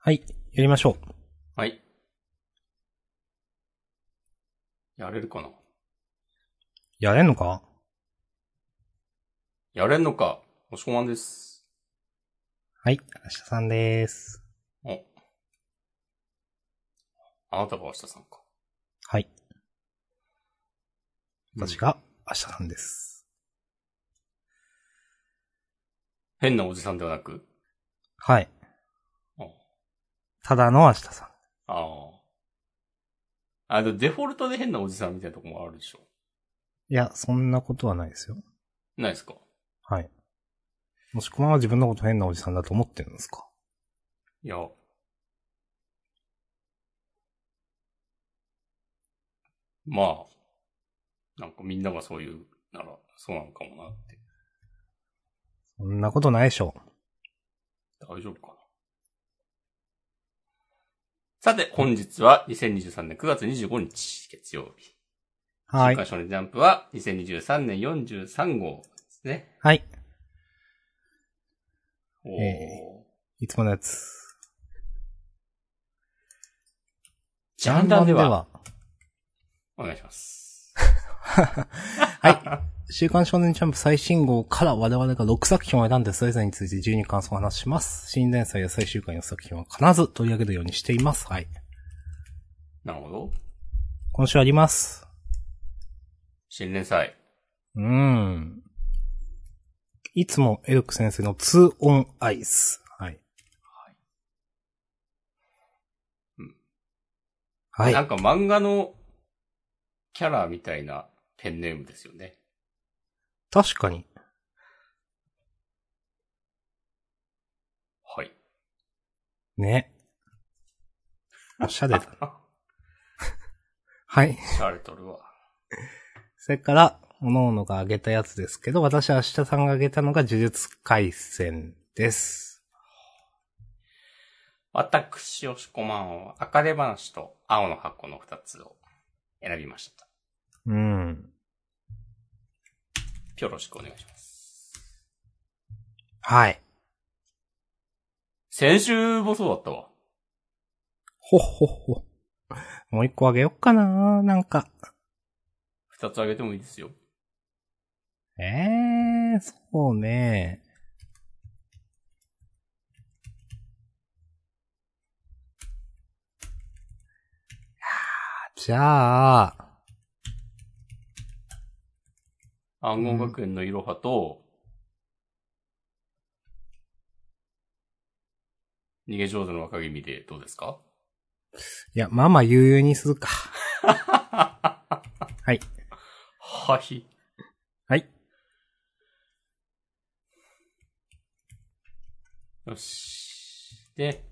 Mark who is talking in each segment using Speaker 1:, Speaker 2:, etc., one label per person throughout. Speaker 1: はい。やりましょう。
Speaker 2: はい。やれるかな
Speaker 1: やれんのか
Speaker 2: やれんのかおしこまんです。
Speaker 1: はい。明日さんです。
Speaker 2: お。あなたが明日さんか。
Speaker 1: はい。
Speaker 2: うん
Speaker 1: 私が明日さんです。
Speaker 2: 変なおじさんではなく。
Speaker 1: はい
Speaker 2: あ。
Speaker 1: ただの明日さん。
Speaker 2: ああ。あ、でもデフォルトで変なおじさんみたいなとこもあるでしょ。
Speaker 1: いや、そんなことはないですよ。
Speaker 2: ないですか
Speaker 1: はい。もしくは自分のこと変なおじさんだと思ってるんですか
Speaker 2: いや。まあ。なんかみんながそういうなら、そうなのかもなって。
Speaker 1: そんなことないでしょ。
Speaker 2: 大丈夫かな。さて、本日は2023年9月25日、月曜日。
Speaker 1: は
Speaker 2: 週刊
Speaker 1: い。
Speaker 2: 少年ジャンプは2023年43号ですね。
Speaker 1: はい。
Speaker 2: おー
Speaker 1: えいつものやつ。
Speaker 2: ジャンダンでは、お願いします。は
Speaker 1: 週刊少年ジャンプ最新号から我々が6作品を選んでそれぞれについて自由に感想を話します。新連載や最終回の作品は必ず取り上げるようにしています。はい。
Speaker 2: い。なるほど。
Speaker 1: 今週あります。
Speaker 2: 新連載。
Speaker 1: うーん。いつもエルク先生の2オンアイス。はい。はい。
Speaker 2: な
Speaker 1: はい。
Speaker 2: んか漫画のキャラみたいなペンネームですよね。
Speaker 1: 確かに。
Speaker 2: はい。
Speaker 1: ね。おしゃれだ。
Speaker 2: あ
Speaker 1: はい。
Speaker 2: シャーレトルは。
Speaker 1: それから、各々が挙げたやつですけど、私は明日さんが挙げたのが呪術回戦です。
Speaker 2: 私、押しこまんは、赤で話と青の箱の二つを選びました。
Speaker 1: うん。
Speaker 2: よろしくお願いします。
Speaker 1: はい。
Speaker 2: 先週もそうだったわ。
Speaker 1: ほっほっほ。もう一個あげよっかななんか。
Speaker 2: 二つあげてもいいですよ。
Speaker 1: ええー、そうね。いやーじゃあ、
Speaker 2: 暗号学園のいろはと、逃げ上手の若君でどうですか
Speaker 1: いや、まあまあ悠々にするか。
Speaker 2: は
Speaker 1: はい。
Speaker 2: い。
Speaker 1: はい。
Speaker 2: よし。で、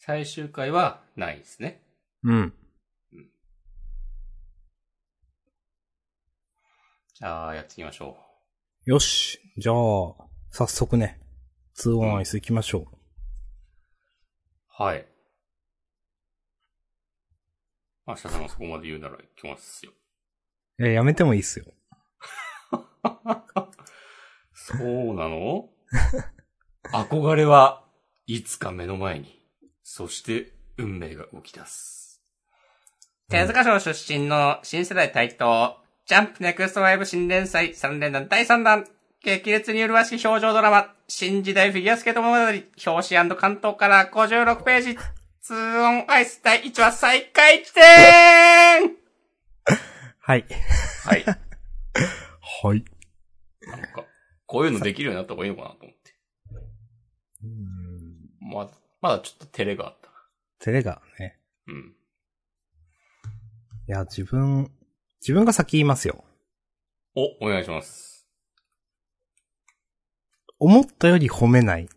Speaker 2: 最終回はないですね。
Speaker 1: うん。
Speaker 2: じゃあ、やっていきましょ
Speaker 1: よし。じゃあ、早速ね、2オンアイス行きましょう。
Speaker 2: う。はい。明日さんがそこまで言うなら行きますよ。
Speaker 1: いや、やめてもいいっすよ。
Speaker 2: そうなの 憧れはいつか目の前に、そして運命が動き出す。手塚賞出身の新世代台頭、ジャンプネクスト5新連載3連弾第3弾、激烈に麗しき表情ドラマ、新時代フィギュアスケート物語、表紙関東から56ページ、ツーオンアイス第1話再開地点
Speaker 1: はい。
Speaker 2: はい。なん
Speaker 1: はい。
Speaker 2: か、こういうのできるようになった方がいいのかなと思って。まだ、まだちょっと照れがあった。
Speaker 1: 照れがね。
Speaker 2: うん。
Speaker 1: いや、自分、自分が先言いますよ。
Speaker 2: お、お願いします。
Speaker 1: 思ったより褒めない。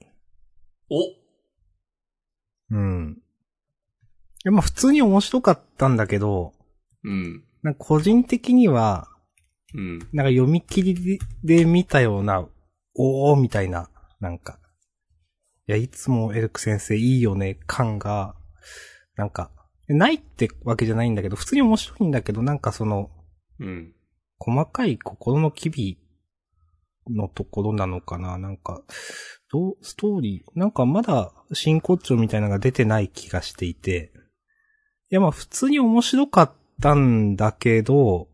Speaker 2: お
Speaker 1: うん。いや、まあ普通に面白かったんだけど、
Speaker 2: うん。
Speaker 1: なんか個人的には、
Speaker 2: うん。
Speaker 1: なんか読み切りで見たような、おーみたいな、なんか。いや、いつもエルク先生いいよね、感が、なんか、ないってわけじゃないんだけど、普通に面白いんだけど、なんかその、
Speaker 2: うん。
Speaker 1: 細かい心の機微のところなのかななんか、どう、ストーリー、なんかまだ真骨頂みたいなのが出てない気がしていて、いやまあ普通に面白かったんだけど、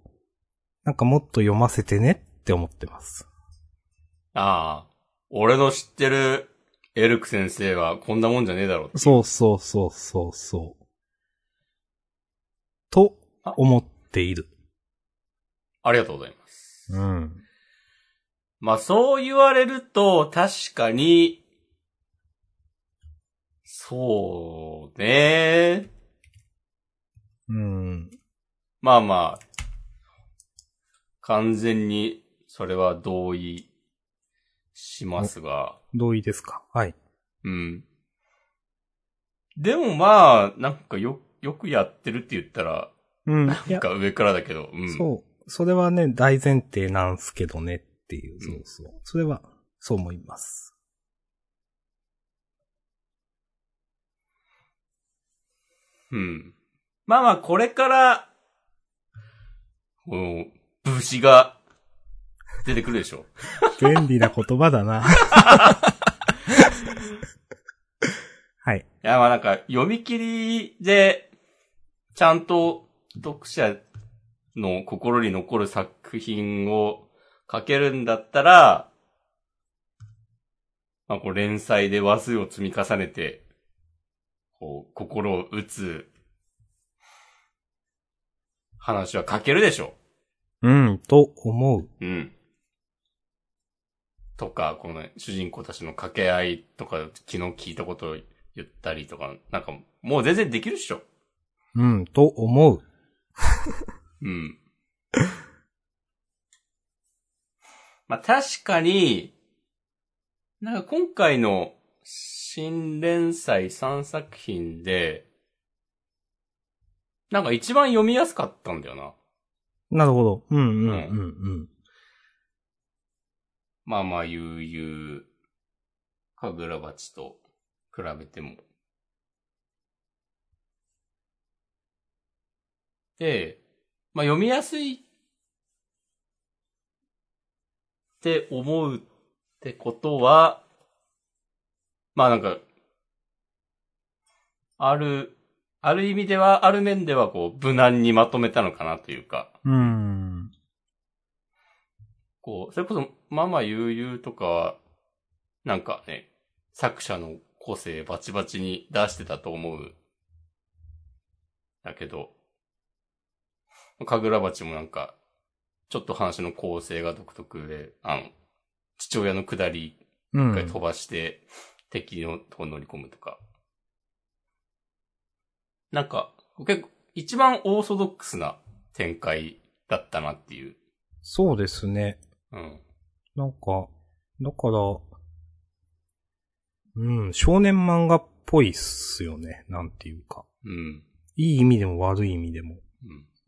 Speaker 1: なんかもっと読ませてねって思ってます。
Speaker 2: ああ、俺の知ってるエルク先生はこんなもんじゃねえだろう。
Speaker 1: そうそうそうそうそう。と思っている。
Speaker 2: ありがとうございます。
Speaker 1: うん。
Speaker 2: まあそう言われると確かに、そうね。
Speaker 1: うん。
Speaker 2: まあまあ、完全にそれは同意しますが。
Speaker 1: 同意ですかはい。
Speaker 2: うん。でもまあ、なんかよ、よくやってるって言ったら、
Speaker 1: うん。い
Speaker 2: なん
Speaker 1: や、
Speaker 2: か上からだけど、うん。
Speaker 1: そう。それはね、大前提なんすけどねっていう。
Speaker 2: う
Speaker 1: そうそう。それは、そう思います。
Speaker 2: うん。まあまあ、これから、この、武士が、出てくるでしょ。
Speaker 1: 便利な言葉だな。 はい。
Speaker 2: いや、まあなんか、読み切りで、ちゃんと読者の心に残る作品を書けるんだったら、まあこう連載で話数を積み重ねて、こう、心を打つ、話は書けるでしょ
Speaker 1: うん、と思う。
Speaker 2: うん。とか、この主人公たちの掛け合いとか、昨日聞いたことを言ったりとか、なんか、もう全然できるっしょ。
Speaker 1: うん、と思う。
Speaker 2: うん。 まあ確かに、なんか今回の新連載3作品で、なんか一番読みやすかったんだよな。
Speaker 1: なるほど。うん、うん、うん
Speaker 2: うん、
Speaker 1: うん。
Speaker 2: まあまあ、悠々、かぐらばちと比べても。で、まあ読みやすいって思うってことは、まあなんか、ある、ある意味では、ある面ではこう、無難にまとめたのかなというか。
Speaker 1: うん。
Speaker 2: こう、それこそ、ママ悠々とかは、なんかね、作者の個性バチバチに出してたと思う。だけど、かぐらばちもなんか、ちょっと話の構成が独特で、あの、父親のくだり
Speaker 1: う
Speaker 2: 一回
Speaker 1: ん
Speaker 2: 飛。ばして、敵のとこ乗り込むとか。なんか、結構、一番オーソドックスな展開だったなっていう。
Speaker 1: そうですね。
Speaker 2: うん。
Speaker 1: なんか、だから、うん、少年漫画っぽいっすよね。なんていうか。
Speaker 2: うん。
Speaker 1: いい意味でも悪い意味でも。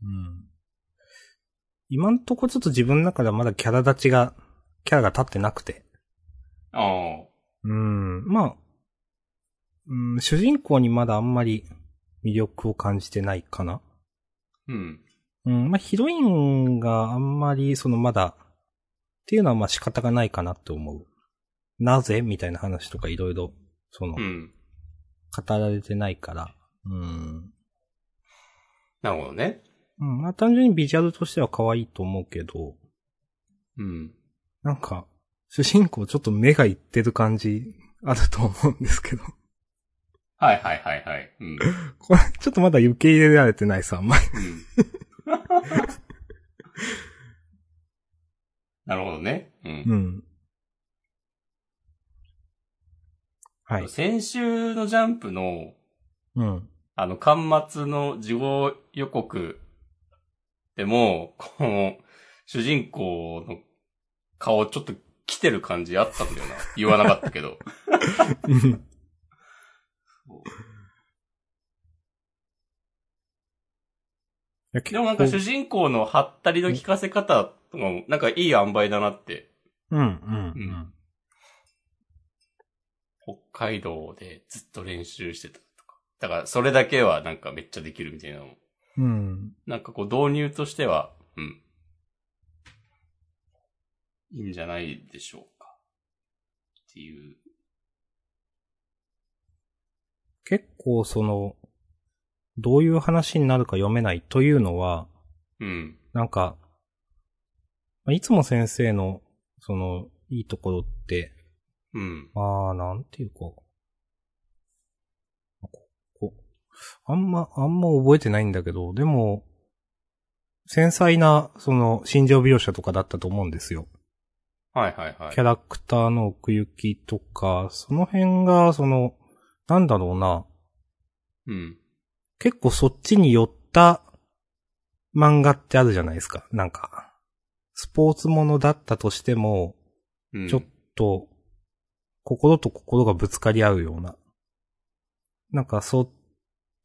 Speaker 2: うん。
Speaker 1: うん。今んとこちょっと自分の中ではまだキャラ立ちが、キャラが立ってなくて。
Speaker 2: ああ。
Speaker 1: うん。まあ、うん、主人公にまだあんまり魅力を感じてないかな。
Speaker 2: うん。
Speaker 1: うん、まあヒロインがあんまりそのまだ、っていうのはまあ仕方がないかなって思う。なぜみたいな話とかいろいろ、その
Speaker 2: う、ん。
Speaker 1: 語られてないから。うん。
Speaker 2: なるほどね。
Speaker 1: うん、まあ単純にビジュアルとしては可愛いと思うけど、
Speaker 2: うん。
Speaker 1: なんか、主人公ちょっと目がいってる感じあると思うんですけど。
Speaker 2: はいはいはいはい。うん。
Speaker 1: これ、ちょっとまだ受け入れられてないさ、あんまり。
Speaker 2: なるほどね。う。
Speaker 1: うんん。はい。
Speaker 2: 先週のジャンプの、
Speaker 1: うん。
Speaker 2: あの、巻末の事後予告でも、この、主人公の顔ちょっと来てる感じあったんだよな。言わなかったけど。でもなんか主人公のハったりの聞かせ方とかも、なんかいい塩梅だなって。
Speaker 1: うん、うん、うん。
Speaker 2: 北海道でずっと練習してたとか。だから、それだけはなんかめっちゃできるみたいなのも。
Speaker 1: うん。
Speaker 2: なんかこう導入としては、うん。いいんじゃないでしょうか。っていう。
Speaker 1: 結構その、どういう話になるか読めないというのは、
Speaker 2: うん。
Speaker 1: なんか、まあいつも先生の、その、いいところって、
Speaker 2: うん。
Speaker 1: まあ、なんていうか、ここあんま、あんま覚えてないんだけど、でも、繊細な、その、心情描写とかだったと思うんですよ。
Speaker 2: はいはいはい
Speaker 1: キャ。ラクターの奥行きとか、その辺が、その、なんだろうな、
Speaker 2: うん。
Speaker 1: 結構そっちに寄った漫画ってあるじゃないですか。なんか、スポーツものだったとしても、
Speaker 2: うん。
Speaker 1: ちょっと、心と心がぶつかり合うような。なんかそっ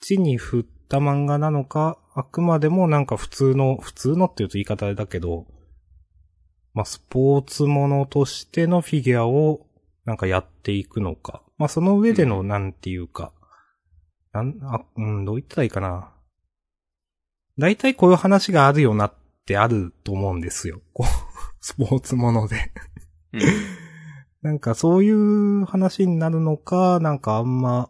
Speaker 1: ちに振った漫画なのか、あくまでもなんか普通の、普通のって言うと言い方あれだけど、まあスポーツものとしてのフィギュアをなんかやっていくのか。まあその上でのなんていうか、なん、あ、うん、どう言ったらいいかな。大体こういう話があるよなってあると思うんですよ。こう、スポーツもので。
Speaker 2: うん
Speaker 1: なんかそういう話になるのか、なんかあんま、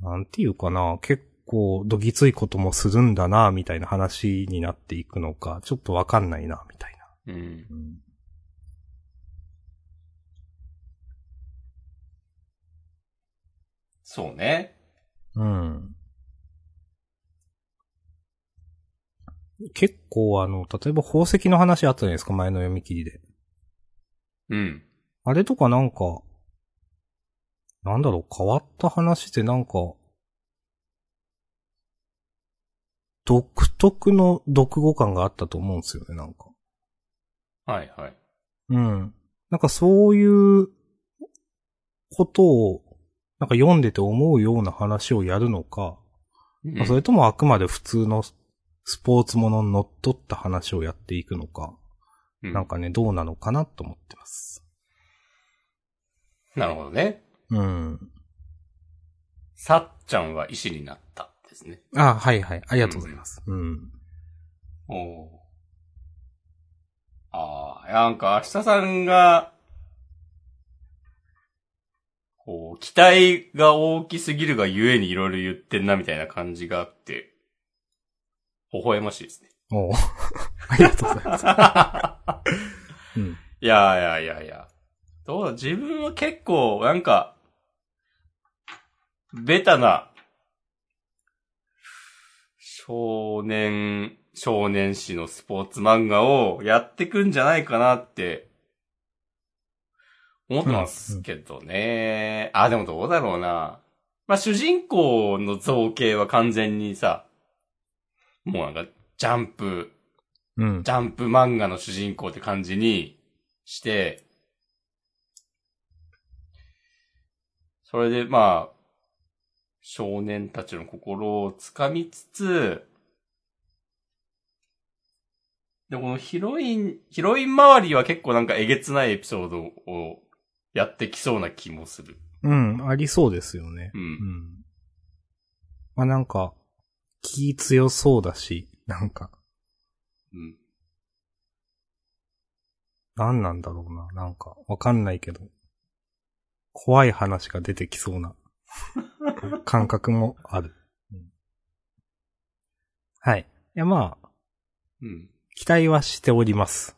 Speaker 1: なんていうかな、結構どぎついこともするんだな、みたいな話になっていくのか、ちょっとわかんないな、みたいな。
Speaker 2: うん。そうね。
Speaker 1: うん。結構あの、例えば宝石の話あったじゃないですか、前の読み切りで。
Speaker 2: うん。
Speaker 1: あれとかなんか、なんだろう、変わった話でなんか、独特の独語感があったと思うんですよね、なんか。
Speaker 2: はいはい。
Speaker 1: うん。なんかそういうことを、なんか読んでて思うような話をやるのか、まあそれともあくまで普通のスポーツものに乗っ取った話をやっていくのか、
Speaker 2: うん
Speaker 1: なんかね、どうなのかなと思ってます。
Speaker 2: なるほどね。
Speaker 1: うん。
Speaker 2: さっちゃんは医師になったですね。
Speaker 1: あ、はいはい。ありがとうございます。うん。
Speaker 2: おお。ああ、なんか、明日さんが、こう、期待が大きすぎるがゆえにいろいろ言ってんなみたいな感じがあって、微笑ましいですね。
Speaker 1: おう ありがとうございます。うん。
Speaker 2: いやいやいやいや。どうだ、自分は結構、なんか、ベタな、少年、少年誌のスポーツ漫画をやってくんじゃないかなって、思ってますけどね。あ、でもどうだろうな。まあ、主人公の造形は完全にさ、もうなんか、ジャンプ、
Speaker 1: うん。
Speaker 2: ジャンプ漫画の主人公って感じにして、それでまあ、少年たちの心をつかみつつ、で、このヒロイン、ヒロイン周りは結構なんかえげつないエピソードをやってきそうな気もする。
Speaker 1: うん。ありそうですよね
Speaker 2: う。。
Speaker 1: うんん。まあ、なんか、気強そうだし、なんか、
Speaker 2: うん。
Speaker 1: なんなんだろうな。なんか、わかんないけど、怖い話が出てきそうな 感覚もある。うんはい。いや、まあ、
Speaker 2: うん。
Speaker 1: 期待はしております。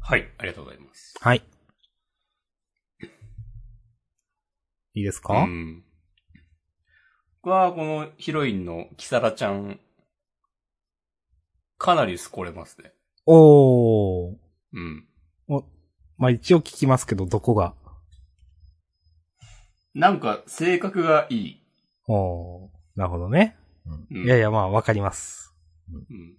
Speaker 2: はい、ありがとうございます。
Speaker 1: はい。いいですか、
Speaker 2: うん。僕は、このヒロインのキサラちゃん、かなり好かれますね。
Speaker 1: おー。
Speaker 2: うん。
Speaker 1: まあ、一応聞きますけど、どこが。
Speaker 2: なんか、性格がいい。
Speaker 1: おー。なるほどね。うん
Speaker 2: うん
Speaker 1: いやいや、まあ、わかります。
Speaker 2: うん。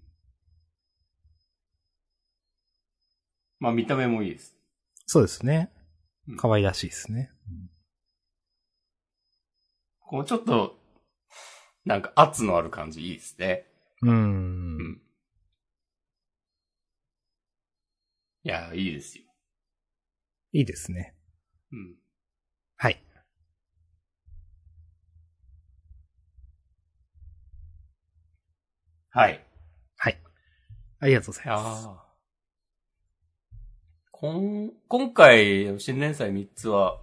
Speaker 2: まあ、見た目もいいです。
Speaker 1: そうですね
Speaker 2: うん。
Speaker 1: 可愛らしいですね。
Speaker 2: こう、ちょっと、なんか圧のある感じいいですね。
Speaker 1: うー。
Speaker 2: うんん。いや、いいですよ。
Speaker 1: いいですね。
Speaker 2: うん。
Speaker 1: はい。
Speaker 2: はい。
Speaker 1: ありがとうございます。
Speaker 2: ああ。こん、今回、新連載3つは、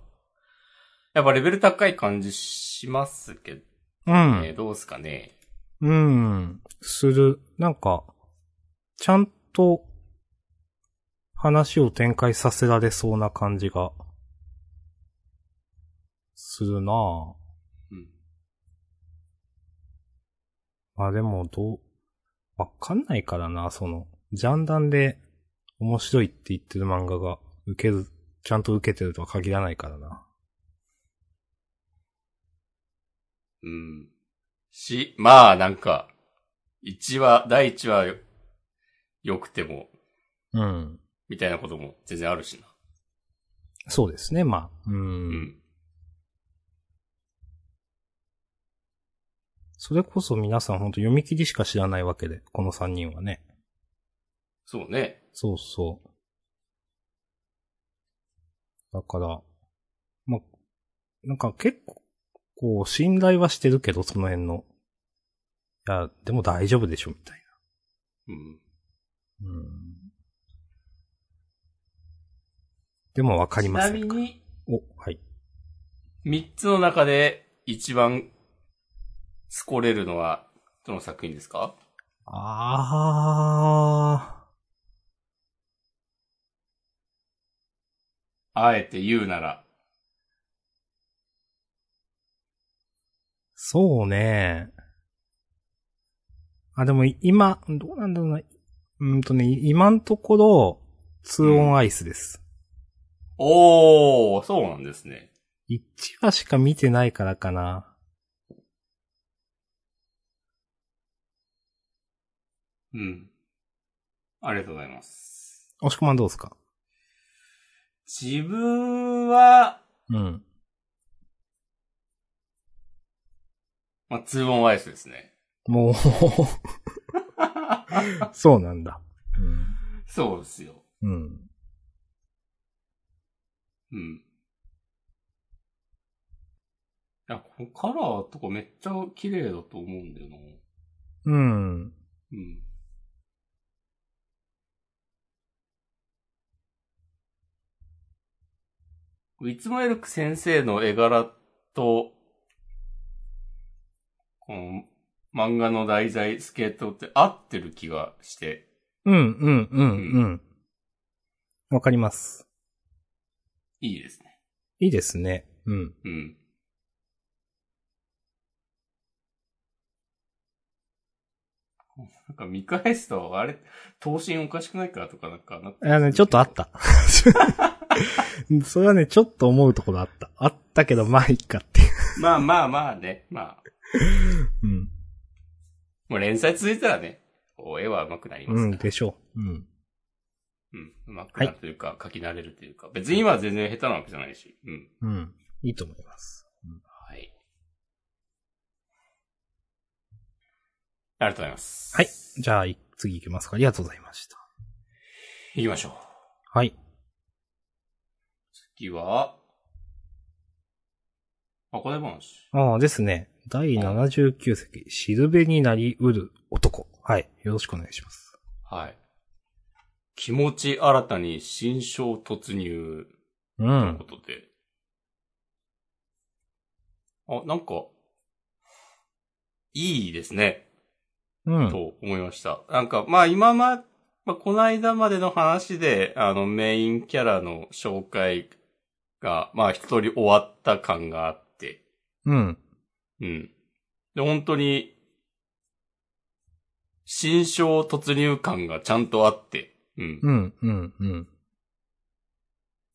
Speaker 2: やっぱレベル高い感じしますけどね、
Speaker 1: うん。
Speaker 2: どうすかね。
Speaker 1: うん。する。なんか、ちゃんと、話を展開させられそうな感じが、するなぁ。
Speaker 2: うん。
Speaker 1: まあでも、どう、わかんないからな、その、ジャンダンで面白いって言ってる漫画が受ける、ちゃんと受けてるとは限らないからな。
Speaker 2: うん。し、まあなんか、1話、第1話よ良くても、
Speaker 1: うん。
Speaker 2: みたいなことも全然あるしな。
Speaker 1: そうですね、まあ。うん。
Speaker 2: うん。
Speaker 1: それこそ皆さんほんと読み切りしか知らないわけで、この3人はね。
Speaker 2: そうね。
Speaker 1: そうそう。だから、まあ、なんか結構、こう、信頼はしてるけど、その辺の。いや、でも大丈夫でしょ、みたいな。
Speaker 2: うん。
Speaker 1: うんでもわかりません
Speaker 2: ち
Speaker 1: か
Speaker 2: なみに、
Speaker 1: お、はい。
Speaker 2: 3つの中で一番、スコれるのは、どの作品ですか
Speaker 1: あ
Speaker 2: あえて言うなら。
Speaker 1: そうね。あ、でもい今、どうなんだろうな。うんとね、今のところ、ツーオンアイスです。
Speaker 2: おー、そうなんですね。
Speaker 1: 1話しか見てないからかな。
Speaker 2: うん。ありがとうございます。
Speaker 1: 押し込まんどうですか
Speaker 2: 自分は、
Speaker 1: うん。
Speaker 2: まあ、2オンアイスですね。
Speaker 1: も う、そうなんだ。
Speaker 2: そうですよ。
Speaker 1: うん。うん。
Speaker 2: うん。いや、このカラーとかめっちゃ綺麗だと思うんだよな。
Speaker 1: うん。
Speaker 2: うん。いつもエルク先生の絵柄と、この漫画の題材、スケートって合ってる気がして。
Speaker 1: うん、うん、うん、うん。わかります。
Speaker 2: いいですね。
Speaker 1: いいですね。うん。
Speaker 2: うん。なんか見返すと、あれ、頭身おかしくないかとかなんかな
Speaker 1: あのね、ちょっとあった。 それはね、ちょっと思うところあった。あったけど、まあいいかっていう。
Speaker 2: まあまあまあね。まあ。
Speaker 1: うん。
Speaker 2: もう連載続いたらね、こう絵は上手くなりま
Speaker 1: う
Speaker 2: す
Speaker 1: ん、
Speaker 2: から。
Speaker 1: でしょう。うん。
Speaker 2: うん。上手くなるというか、書き慣れるというか。別に今は全然下手なわけじゃないし。うん。
Speaker 1: うん。いいと思います。
Speaker 2: はい。ありがとうございます。
Speaker 1: はい。じゃあ、い次行きますか。ありがとうございました。
Speaker 2: 行きましょう。
Speaker 1: はい。
Speaker 2: 次は、あ、これ話。
Speaker 1: ああ、ですね。第79席、しるべになりうる男。はい。よろしくお願いします。
Speaker 2: はい。気持ち新たに新章突
Speaker 1: う
Speaker 2: 入というんこ。とで。あ、なんか、いいですね、
Speaker 1: うん。
Speaker 2: と思いました。なんか、まあ今ま、まあこの間までの話で、あのメインキャラの紹介が、まあ一通り終わった感があって、
Speaker 1: うん。
Speaker 2: うん。で、本当に、新章突入感がちゃんとあって、うん。
Speaker 1: うん。うん。うん。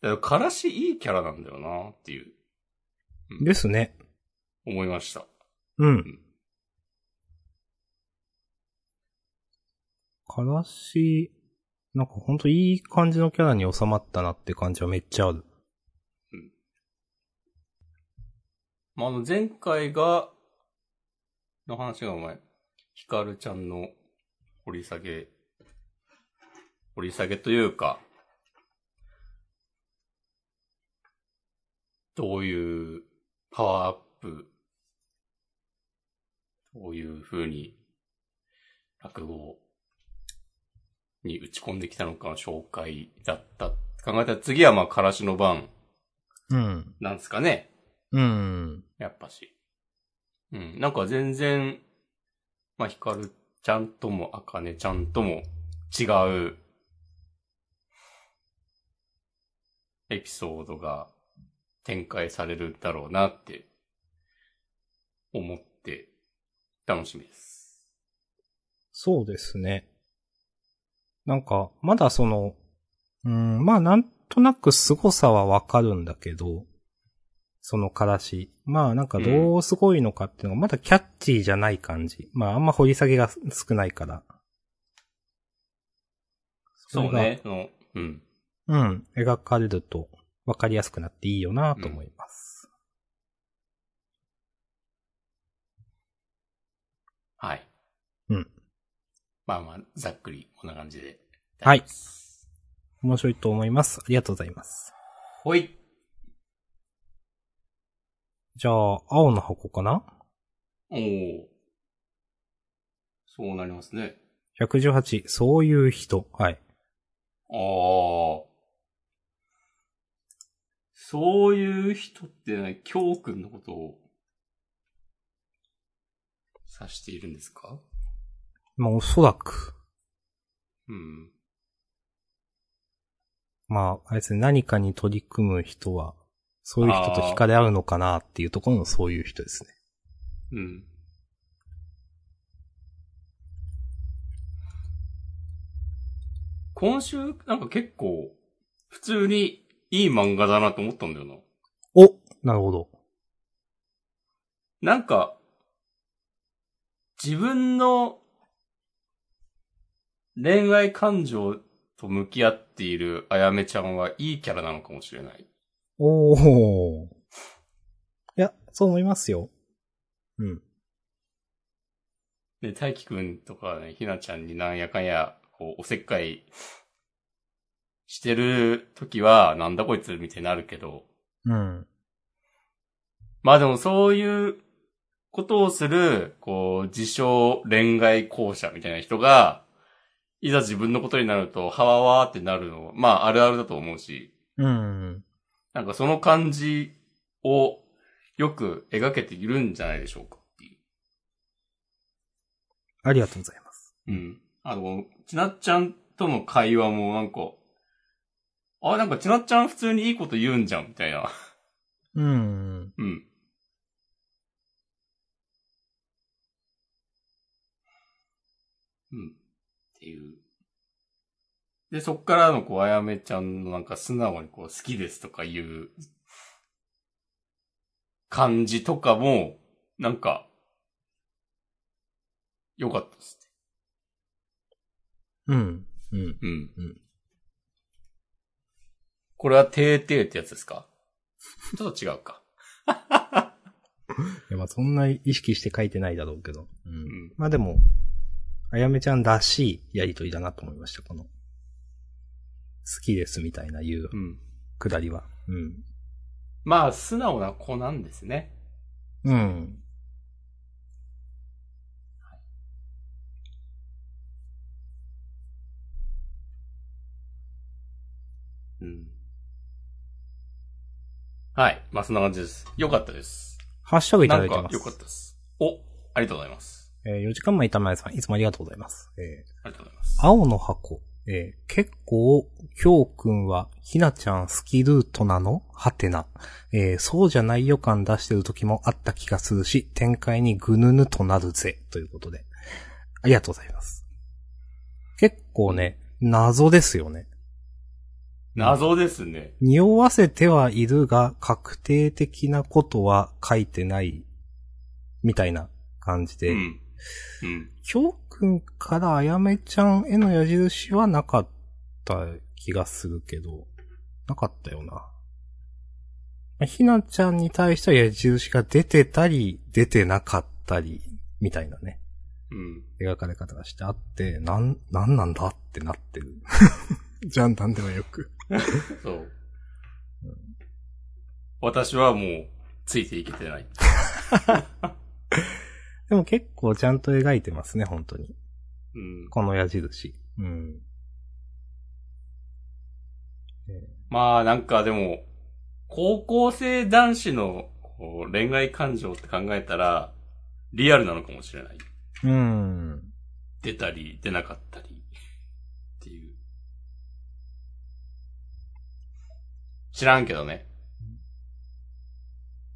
Speaker 2: だから、からしいいキャラなんだよなっていう、
Speaker 1: ですね。
Speaker 2: 思いました。
Speaker 1: うん。からし、なんかほんといい感じのキャラに収まったなって感じはめっちゃある。
Speaker 2: まあ、あの、前回が、の話がお前、ヒカルちゃんの掘り下げ、掘り下げというか、どういうパワーアップ、どういう風に落語に打ち込んできたのかの紹介だった。考えたら次はまあ、からしの番
Speaker 1: うん。
Speaker 2: なんですかね。
Speaker 1: うん。
Speaker 2: やっぱし。うん。なんか全然、まあ、ヒカルちゃんとも、アカネちゃんとも違う、エピソードが展開されるだろうなって、思って、楽しみです。
Speaker 1: そうですね。なんか、まだその、うん、まあなんとなく凄さはわかるんだけど、そのからし。まあなんかどうすごいのかっていうのがまだキャッチーじゃない感じ。まああんま掘り下げが少ないから。それ
Speaker 2: そう
Speaker 1: が
Speaker 2: ね。その、うん。
Speaker 1: うん、描かれるとわかりやすくなっていいよなと思います。
Speaker 2: はい。
Speaker 1: うん。
Speaker 2: まあまあ、ざっくり、こんな感じで。
Speaker 1: はい。面白いと思います。ありがとうございます。
Speaker 2: ほい。
Speaker 1: じゃあ、青の箱かな
Speaker 2: おお。そうなりますね。
Speaker 1: ?118、そういう人。はい。
Speaker 2: ああ。そういう人ってね、きょうくんのことを、指しているんですか
Speaker 1: まあおそらく。
Speaker 2: うん。
Speaker 1: まあ、あれですね、何かに取り組む人は、そういう人と惹かれ合うのかなっていうところのそういう人ですね。
Speaker 2: うん。今週、なんか結構、普通にいい漫画だなと思ったんだよな。
Speaker 1: おなるほど。
Speaker 2: なんか、自分の恋愛感情と向き合っているあやめちゃんはいいキャラなのかもしれない。
Speaker 1: おー。いや、そう思いますよ。うん。
Speaker 2: で、大輝くんとかね、ひなちゃんになんやかんや、こう、おせっかいしてる時は、なんだこいつみたいになるけど、
Speaker 1: うん。
Speaker 2: まあでもそういうことをする、こう、自称恋愛校舎みたいな人が、いざ自分のことになると、はわわーってなるのは、まああるあるだと思うし、
Speaker 1: うん。
Speaker 2: なんかその感じをよく描けているんじゃないでしょうかっていう。
Speaker 1: ありがとうございます。
Speaker 2: うん。あの、ちなっちゃんとの会話もなんか、あ、なんかちなっちゃん普通にいいこと言うんじゃんみたいな。
Speaker 1: うん。
Speaker 2: うん。うん。っていう。で、そっからの、こう、あやめちゃんのなんか素直にこう、好きですとかいう感じとかも、なんか、良かったです
Speaker 1: うん。うん。
Speaker 2: ね。うん。
Speaker 1: うん
Speaker 2: これは、てーてーってやつですかちょっと違うか。
Speaker 1: いや、まあそんな意識して書いてないだろうけど。う。
Speaker 2: うんん。
Speaker 1: まあでも、あやめちゃんらしいやりとりだなと思いました、この。好きですみたいな言う
Speaker 2: うん。
Speaker 1: くだりは。うん。
Speaker 2: まあ、素直な子なんですね。
Speaker 1: うん。
Speaker 2: うん。はい。まあ、そんな感じです。よかったです。
Speaker 1: ハッシュタグい
Speaker 2: な
Speaker 1: ただ
Speaker 2: ん
Speaker 1: いてま
Speaker 2: か、
Speaker 1: す。
Speaker 2: よかったです。お、ありがとうございます。
Speaker 1: え4時間前、板前さん、いつもありがとうございます。えー
Speaker 2: ありがとうございます。
Speaker 1: 青の箱。えー結構、きょうくんは、ひなちゃん好きルートなのはてな。えーそうじゃない予感出してる時もあった気がするし、展開にぐぬぬとなるぜ。ということで。ありがとうございます。結構ね、謎ですよね。
Speaker 2: 謎ですね。
Speaker 1: 匂わせてはいるが、確定的なことは書いてない、みたいな感じで。
Speaker 2: うん。うん。
Speaker 1: きょうくんからあやめちゃんへの矢印はなかった気がするけど、なかったよなまあ。ひなちゃんに対しては矢印が出てたり、出てなかったり、みたいなね、
Speaker 2: うん。
Speaker 1: 描かれ方がしてあって、なん、なんなんだってなってる。 じゃん、なんでもよく。
Speaker 2: そう。私はもう、ついていけてない。
Speaker 1: でも結構ちゃんと描いてますね、本当に。
Speaker 2: うん。
Speaker 1: この矢印。うん。
Speaker 2: まあ、なんかでも、高校生男子の、こう恋愛感情って考えたら、リアルなのかもしれない。
Speaker 1: うん。
Speaker 2: 出たり、出なかったり、っていう。知らんけどね。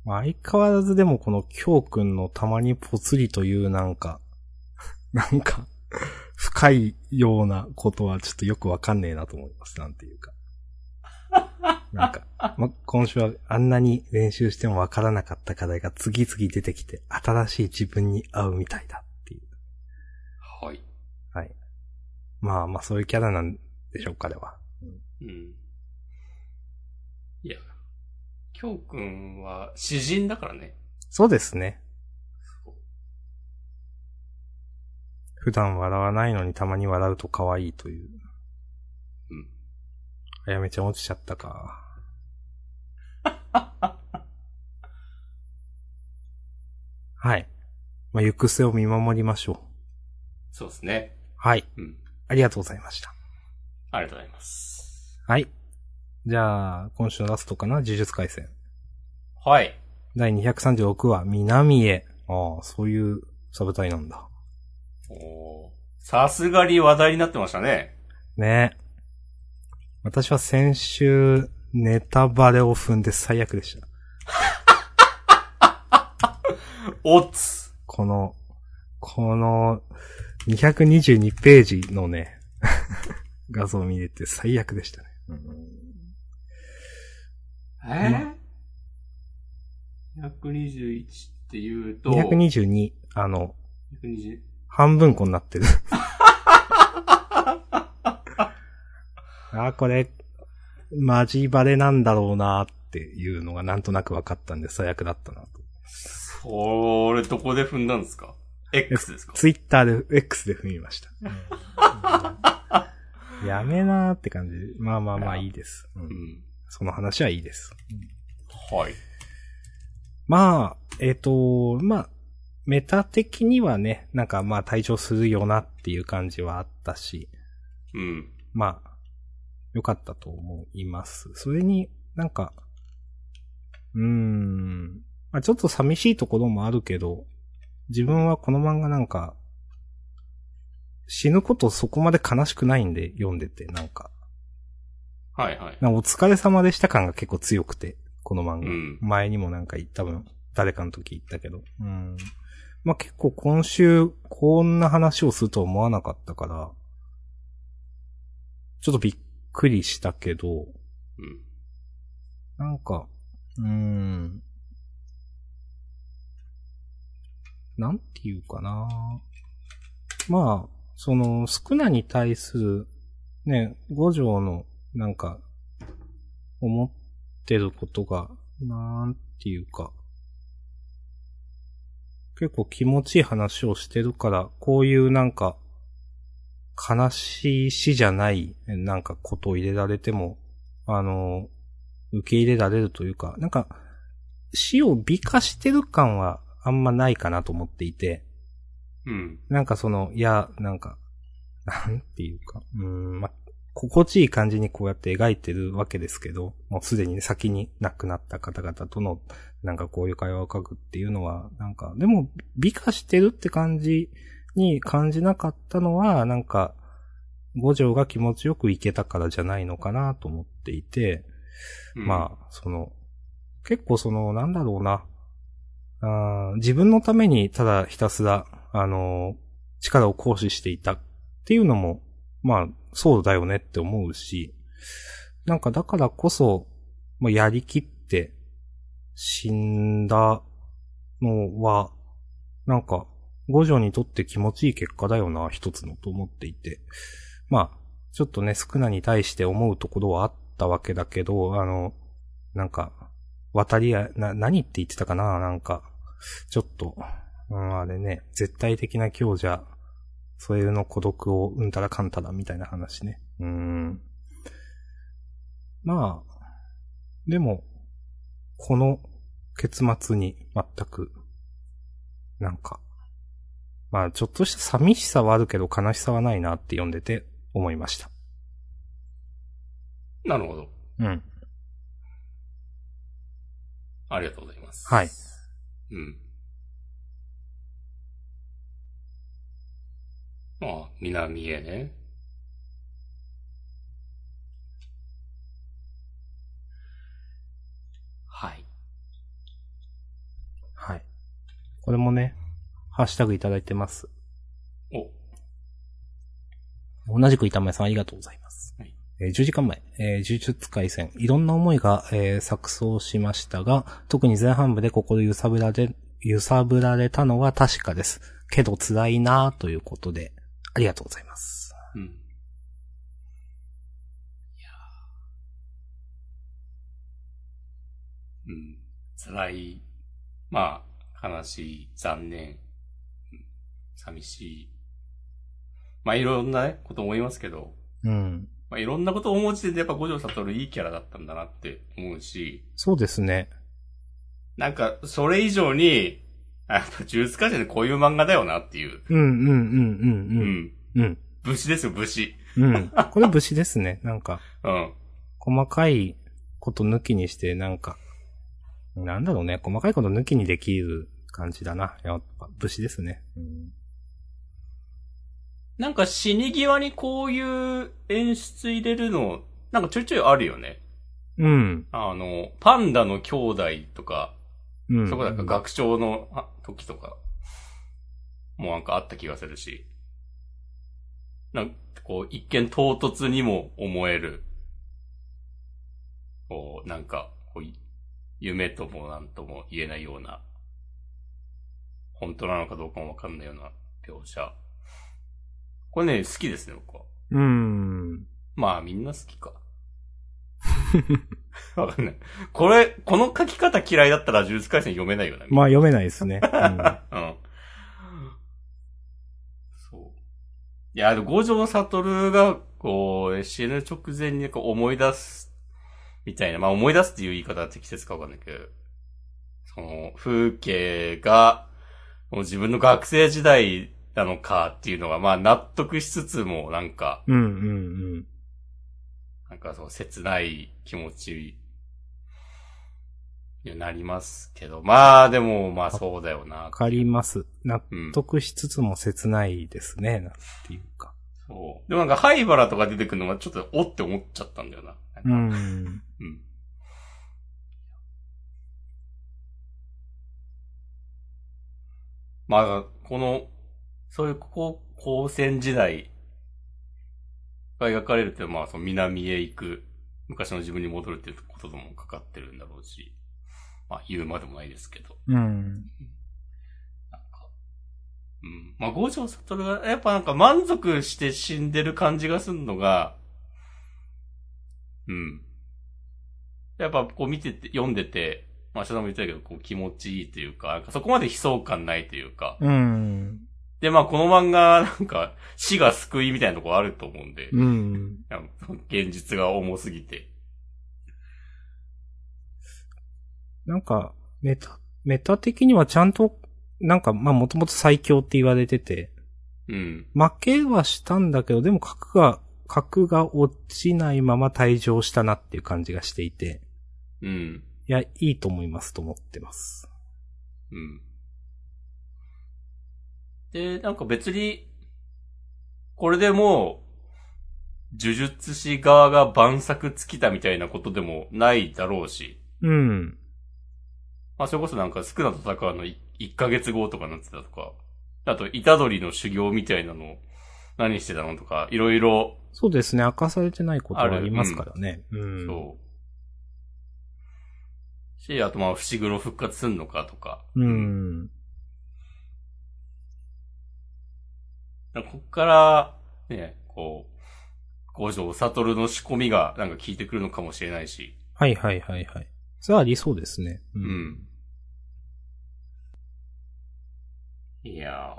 Speaker 1: まあ相変わらずでもこの京くんのたまにぽつりというなんか、 なんか、深いようなことはちょっとよくわかんねえなと思います。なんていう か。なんか、ま、今週はあんなに練習してもわからなかった課題が次々出てきて新しい自分に合うみたいだっていう。
Speaker 2: はい。
Speaker 1: まあまあそういうキャラなんでしょう、彼は。
Speaker 2: うん。いや、京くんは詩人だからね。
Speaker 1: そうですね。普段笑わないのにたまに笑うと可愛いという。
Speaker 2: うん。
Speaker 1: あやめちゃん落ちちゃった か。はい。まあ、行く末を見守りましょ
Speaker 2: そうですね。
Speaker 1: う。はい。
Speaker 2: うん。
Speaker 1: ありがとうございました。
Speaker 2: ありがとうございます。
Speaker 1: はい。じゃあ、今週のラストかな呪術回戦。
Speaker 2: はい。
Speaker 1: 第236話、南へ。ああ、そういうサブタイなんだ。
Speaker 2: おーさすがに話題になってましたね。
Speaker 1: ね私は先週、ネタバレを踏んで最悪でした。
Speaker 2: おつ
Speaker 1: この、この、222ページのね、 画像を見れて最悪でしたね。
Speaker 2: えー、?121 って言うと、
Speaker 1: 222、あの、
Speaker 2: 120
Speaker 1: 半分こになってる。あー、これ、マジバレなんだろうなっていうのがなんとなく分かったんで最悪だったなと。
Speaker 2: それどこで踏んだんですか ?X ですか
Speaker 1: ツイッターで、X で踏みました。うんやめなーって感じ。まあまあまあいいです。う
Speaker 2: うんん。
Speaker 1: その話はいいです。
Speaker 2: はい。
Speaker 1: まあ、えっ、と、まあ、メタ的にはね、なんかまあ退場するよなっていう感じはあったし、
Speaker 2: うん。
Speaker 1: まあ、良かったと思います。それになんか、うーん、まあちょっと寂しいところもあるけど、自分はこの漫画なんか、死ぬことそこまで悲しくないんで読んでて、なんか、
Speaker 2: はいはい。
Speaker 1: なんかお疲れ様でした感が結構強くて、この漫
Speaker 2: う
Speaker 1: 画。
Speaker 2: ん。
Speaker 1: 前にもなんか言った分、誰かの時言ったけど。うん。まあ、結構今週、こんな話をするとは思わなかったから、ちょっとびっくりしたけど、
Speaker 2: うん。
Speaker 1: なんか、うーん。なんていうかな。まあ、その、少なに対する、ね、五条の、なんか、思ってることが、なんていうか、結構気持ちいい話をしてるから、こういうなんか、悲しい死じゃない、なんかことを入れられても、あの、受け入れられるというか、なんか、死を美化してる感はあんまないかなと思っていて、
Speaker 2: うん。
Speaker 1: なんかその、いや、なんか、なんていうか、うーん、ま、心地いい感じにこうやって描いてるわけですけど、もうすでにね、先に亡くなった方々との、なんかこういう会話を書くっていうのは、なんか、でも、美化してるって感じに感じなかったのは、なんか、五条が気持ちよくいけたからじゃないのかなと思っていて、
Speaker 2: うん
Speaker 1: まあ、その、結構その、なんだろうな。あー自分のためにただひたすら、あのー力を行使していたっていうのも、まあ、そうだよねって思うし、なんかだからこそ、まあ、やりきって死んだのは、なんか、五条にとって気持ちいい結果だよな、一つのと思っていて。まあ、ちょっとね、少なに対して思うところはあったわけだけど、あの、なんか、渡り合い、な、何って言ってたかななんか、ちょっと、うん、あれね、絶対的な強じゃ、それの孤独をうんたらかんたらみたいな話ね。うーん。まあ、でも、この結末に全く、なんか、まあちょっとした寂しさはあるけど悲しさはないなって読んでて思いました。
Speaker 2: なるほど。
Speaker 1: うん。
Speaker 2: ありがとうございます。
Speaker 1: はい。
Speaker 2: うん。まあ、南へね。はい。
Speaker 1: はい。これもね、ハッシュタグいただいてます。
Speaker 2: お、
Speaker 1: 同じく板前さんありがとうございます。
Speaker 2: はい
Speaker 1: えー10時間前、えー、呪術回戦、いろんな思いが、えー錯綜しましたが、特に前半部で心揺さぶられ、揺さぶられたのは確かです。けど辛いなぁということで、ありがとうございます。
Speaker 2: うん。いやーうん。辛い。まあ、悲しい、残念、うん寂しい。まあ、いろんなね、こと思いますけど、
Speaker 1: うん。
Speaker 2: まあ、いろんなことを思う時点でやっぱ五条悟いいキャラだったんだなって思うし、
Speaker 1: そうですね。
Speaker 2: なんか、それ以上に、あやっぱ、呪術家でこういう漫画だよなっていう。
Speaker 1: うんうんうん
Speaker 2: う
Speaker 1: うん
Speaker 2: ん。
Speaker 1: うん。うん。
Speaker 2: 武士ですよ、武士。
Speaker 1: うん。これ武士ですね。なんか、
Speaker 2: うん。
Speaker 1: 細かいこと抜きにして、なんか、なんだろうね、細かいこと抜きにできる感じだな。やっぱ、武士ですね。うん
Speaker 2: なんか死に際にこういう演出入れるの、なんかちょいちょいあるよね。
Speaker 1: うん。
Speaker 2: あの、パンダの兄弟とか、
Speaker 1: うん。
Speaker 2: そこだから学長のあ時とか、もうなんかあった気がするし。なんかこう、一見唐突にも思える。こう、なんか、こうい夢ともなんとも言えないような、本当なのかどうかもわかんないような描写。これね、好きですね、僕は。
Speaker 1: うん。
Speaker 2: まあみんな好きか。 わかんない。これ、この書き方嫌いだったら呪術回戦読めないよな。
Speaker 1: まあ読めないです ね。
Speaker 2: あ。うん。そう。いや、でも五条悟が、こう、死ぬ直前にこう思い出す、みたいな。まあ思い出すっていう言い方は適切かわかんないけど、その、風景が、もう自分の学生時代なのかっていうのが、まあ納得しつつも、なんか、
Speaker 1: うん、うん、うん
Speaker 2: なんかそう、切ない気持ちになりますけど。まあ、でも、まあそうだよな。
Speaker 1: わかります。納
Speaker 2: うん。
Speaker 1: 得しつつも切ないですね、なんていうか。
Speaker 2: そう。でもなんか、灰原とか出てくるのはちょっと、おって思っちゃったんだよな。なんか
Speaker 1: うん。
Speaker 2: うん。まあ、この、そういう、ここ、高専時代が描かれるって、まあ、その南へ行く、昔の自分に戻るっていうことともかかってるんだろうし、まあ、言うまでもないですけど、
Speaker 1: うん。
Speaker 2: なんか、うん。まあ、五条悟が、やっぱなんか満足して死んでる感じがすんのが、うん。やっぱこう見てて、読んでて、まあ、下田も言ってたけど、こう気持ちいいというか、なんかそこまで悲壮感ないというか。
Speaker 1: うん。
Speaker 2: で、まあ、この漫画、なんか、死が救いみたいなとこあると思うんで、
Speaker 1: うん。
Speaker 2: なんか現実が重すぎて。
Speaker 1: なんか、メタ、メタ的にはちゃんと、なんか、まあもともと最強って言われてて、
Speaker 2: うん。
Speaker 1: 負けはしたんだけど、でも核が、核が落ちないまま退場したなっていう感じがしていて、
Speaker 2: うん。
Speaker 1: いや、いいと思いますと思ってます。
Speaker 2: うん。で、なんか別に、これでもう、呪術師側が万策尽きたみたいなことでもないだろうし、
Speaker 1: うん。
Speaker 2: まあそれこそなんか少なと戦うのい1ヶ月後とかなってたとか、あと、虎杖の修行みたいなの、何してたのとか、いろいろ、
Speaker 1: そうですね、明かされてないことはありますからね。うん。
Speaker 2: そう。し、あとまあ、伏黒復活すんのかとか、
Speaker 1: う。ん。
Speaker 2: なんかこっから、ね、こう、五条悟の仕込みがなんか効いてくるのかもしれないし、
Speaker 1: はいはいはいはい。それはありそうですね。う
Speaker 2: う。ん。いや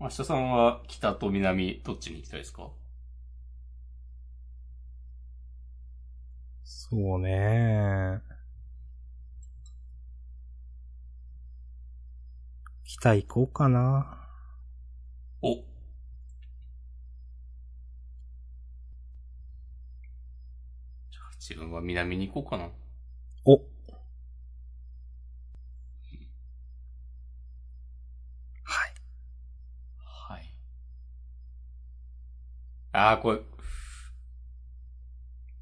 Speaker 2: ー。明日さんは北と南、どっちに行きたいですか
Speaker 1: そうね。北行こうかな。
Speaker 2: お。あ自分は南に行こうかな。
Speaker 1: お。はい。
Speaker 2: はい。ああ、これ、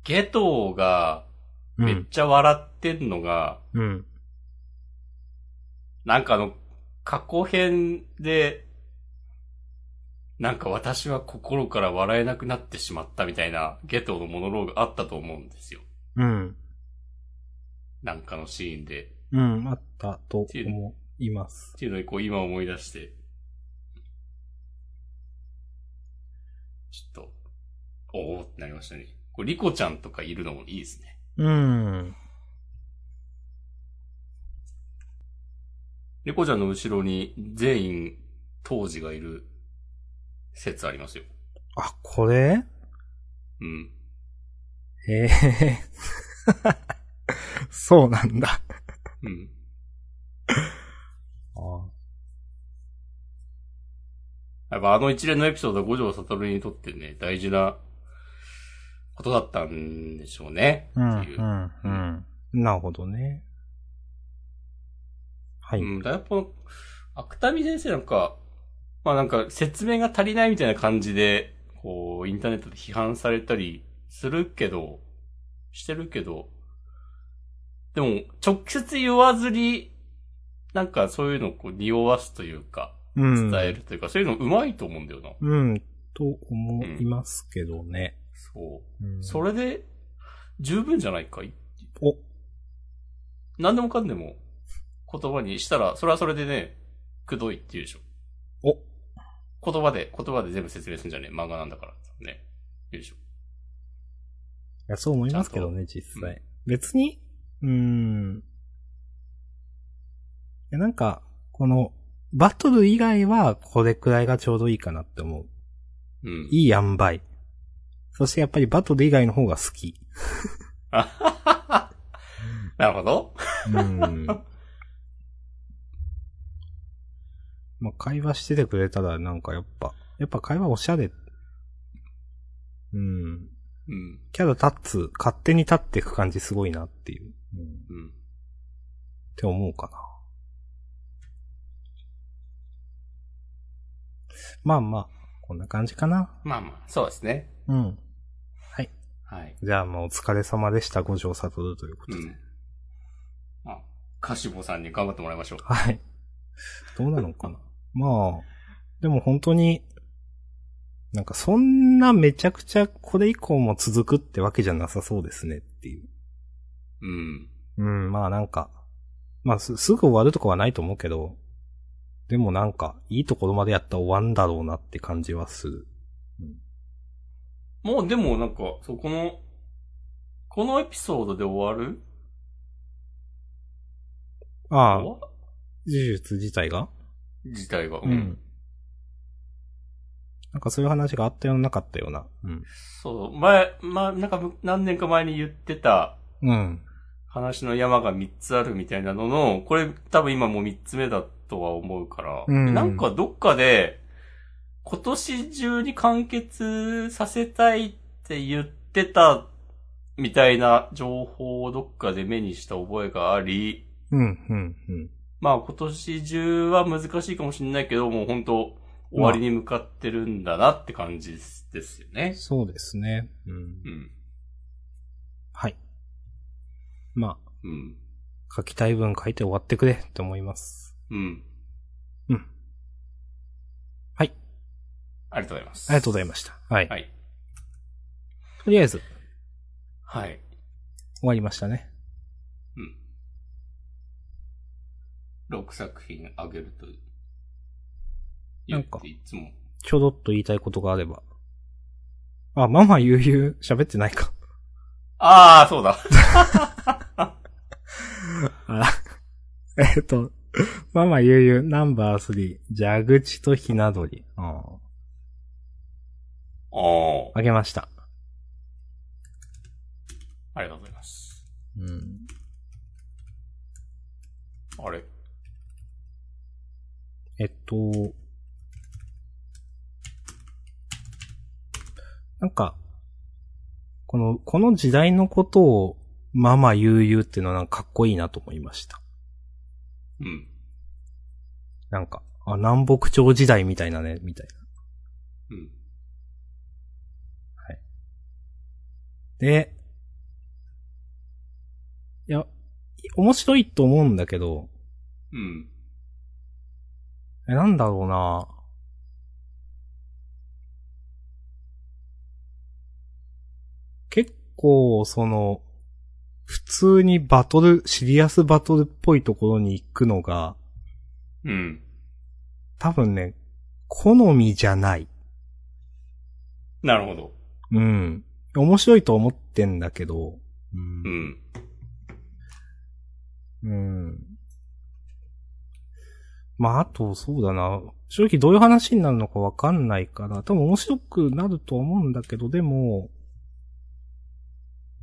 Speaker 2: ゲトーが
Speaker 1: う
Speaker 2: めっ
Speaker 1: ん。
Speaker 2: ちゃ笑ってんのが、
Speaker 1: うん。
Speaker 2: なんかあの、過去編で、なんか私は心から笑えなくなってしまったみたいなゲトーのモノローグあったと思うんですよ。
Speaker 1: うん。
Speaker 2: なんかのシーンで。
Speaker 1: うん。あったと思います
Speaker 2: っ。ていうのにこう今思い出して、ちょっと、おおってなりましたね。これリコちゃんとかいるのもいいですね。
Speaker 1: うん。
Speaker 2: リコちゃんの後ろに全員当時がいる説ありますよ。
Speaker 1: あ、これ
Speaker 2: うん。
Speaker 1: ええ そうなんだ。
Speaker 2: うん。
Speaker 1: あ
Speaker 2: やっぱあの一連のエピソードは五条悟にとってね、大事なことだったんでしょうね。
Speaker 1: うん、
Speaker 2: っていうう。
Speaker 1: ん、うん。なるほどね。はい。
Speaker 2: うん。だからやっぱ、芥見先生なんか、まあなんか説明が足りないみたいな感じで、こう、インターネットで批判されたりするけど、してるけど、でも、直接言わずに、なんかそういうのをこう、匂わすというか、
Speaker 1: うん。
Speaker 2: 伝えるというか、そういうの上手いと思うんだよな。
Speaker 1: うん、と思いますけどね。
Speaker 2: そう。
Speaker 1: うん
Speaker 2: それで、十分じゃないかい
Speaker 1: お、
Speaker 2: 何でもかんでも言葉にしたら、それはそれでね、くどいって言うでしょ。
Speaker 1: お
Speaker 2: 言葉で、言葉で全部説明するんじゃねえ漫画なんだから。ね。言うでしょ。
Speaker 1: いや、そう思いますけどね、実際。別に、うーん。いや、なんか、この、バトル以外は、これくらいがちょうどいいかなって思う。
Speaker 2: うん。
Speaker 1: いい塩梅。そしてやっぱりバトル以外の方が好き。
Speaker 2: あはははなるほど。
Speaker 1: うん。 まあ、会話しててくれたら、なんかやっぱ、やっぱ会話おしゃれ。うん。
Speaker 2: うん。
Speaker 1: キャラ立つ、勝手に立っていく感じすごいなっていう。うん、っ
Speaker 2: うん。
Speaker 1: て思うかな。まあまあ、こんな感じかな。
Speaker 2: まあまあ、そうですね。
Speaker 1: うん。
Speaker 2: はい。
Speaker 1: じゃあまあお疲れ様でした、五条悟ということ
Speaker 2: う
Speaker 1: で。
Speaker 2: ん。あ、カシボさんに頑張ってもらいましょう。
Speaker 1: はい。どうなのかな。まあ、でも本当に、なんかそんなめちゃくちゃこれ以降も続くってわけじゃなさそうですねっていう。
Speaker 2: うん。
Speaker 1: うん、まあなんか、まあすすぐ終わるとかはないと思うけど、でもなんか、いいところまでやったら終わんだろうなって感じはする。
Speaker 2: もうでもなんか、そう、この、このエピソードで終わる
Speaker 1: ああ、
Speaker 2: 終
Speaker 1: 呪
Speaker 2: わ
Speaker 1: 術自体が
Speaker 2: 自体が。
Speaker 1: うん。なんかそういう話があったようななかったような。うん。
Speaker 2: そう、前、まあ、なんか、何年か前に言ってた
Speaker 1: うん。
Speaker 2: 話の山が3つあるみたいなのの、これ多分今もう3つ目だとは思うから、
Speaker 1: うん
Speaker 2: なんかどっかで、今年中に完結させたいって言ってたみたいな情報をどっかで目にした覚えがあり、
Speaker 1: うん、うん、うん。
Speaker 2: まあ今年中は難しいかもしれないけど、もう本当終わりに向かってるんだなって感じですですよね。
Speaker 1: そうですね。うん
Speaker 2: うん。
Speaker 1: はい。ま
Speaker 2: うん。
Speaker 1: あ、書きたい文書いて終わってくれって思います。
Speaker 2: うん。
Speaker 1: うん。はい。
Speaker 2: ありがとうございます。
Speaker 1: ありがとうございました。はい。
Speaker 2: はい。
Speaker 1: とりあえず、
Speaker 2: はい。
Speaker 1: 終わりましたね。
Speaker 2: うん。6作品あげると
Speaker 1: な
Speaker 2: 言
Speaker 1: ん
Speaker 2: っ
Speaker 1: か
Speaker 2: ていつも。
Speaker 1: ちょろっと言いたいことがあれば。あ、ママ悠々喋ってないか。
Speaker 2: ああ、そうだ。
Speaker 1: あ えっと、ママ悠々ナンバー3、蛇口とひな鳥。あー
Speaker 2: おお
Speaker 1: あげました。
Speaker 2: ありがとうございます。
Speaker 1: うん。
Speaker 2: あれ
Speaker 1: えっと、なんか、ここの、この時代のことを、ママ悠々っていうのはなんかかっこいいなと思いました。
Speaker 2: うん。
Speaker 1: なんか、あ、南北朝時代みたいなね、みたいな。
Speaker 2: うん。
Speaker 1: で、いや、面白いと思うんだけど、
Speaker 2: うん。
Speaker 1: え、なんだろうな結構、その、普通にバトル、シリアスバトルっぽいところに行くのが、
Speaker 2: うん。
Speaker 1: 多分ね、好みじゃない。
Speaker 2: なるほど。
Speaker 1: うん。面白いと思ってんだけど、うん
Speaker 2: うん。
Speaker 1: うん。まあ、あと、そうだな。正直どういう話になるのかわかんないから、多分面白くなるとは思うんだけど、でも、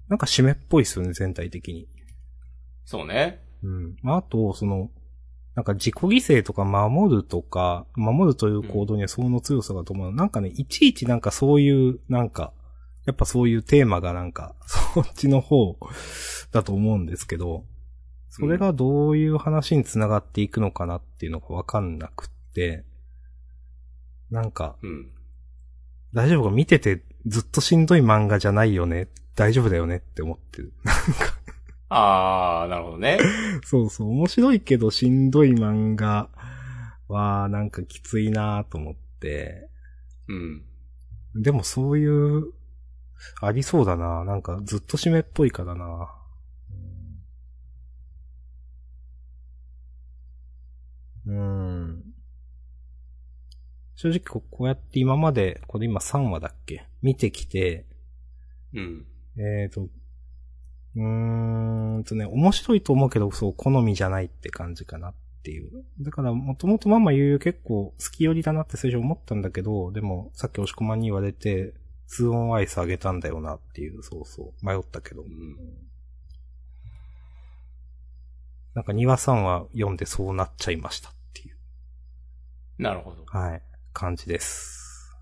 Speaker 1: なんか締めっぽいですよね、全体的に。
Speaker 2: そうね。
Speaker 1: うん。まあ、あと、その、なんか自己犠牲とか守るとか、守るという行動にはその強さが伴う。なんかね、いちいちなんかそういう、なんか、やっぱそういうテーマがなんか、 そっちの方だと思うんですけど、それがどういう話に繋がっていくのかなっていうのがわかんなくって、なんか、
Speaker 2: うん。
Speaker 1: 大丈夫か見ててずっとしんどい漫画じゃないよね。大丈夫だよねって思ってる。
Speaker 2: あー、なるほど ね。
Speaker 1: そうそう、面白いけどしんどい漫画は、なんかきついなと思って。
Speaker 2: うん。
Speaker 1: でもそういう、ありそうだななんかずっと締めっぽいからなうん。うん正直ここうやって今まで、これ今3話だっけ見てきて、
Speaker 2: うん。
Speaker 1: えーと、うーんとね、面白いと思うけど、そう、好みじゃないって感じかなっていう。だから、もともとママ悠々結構好き寄りだなって最初思ったんだけど、でも、さっき押し込まんに言われて、ツーオンアイスあげたんだよなっていう、そうそう、迷ったけど
Speaker 2: う。ん。
Speaker 1: なんか、庭さんは読んでそうなっちゃいましたっていう、
Speaker 2: なるほど。
Speaker 1: はい、感じです。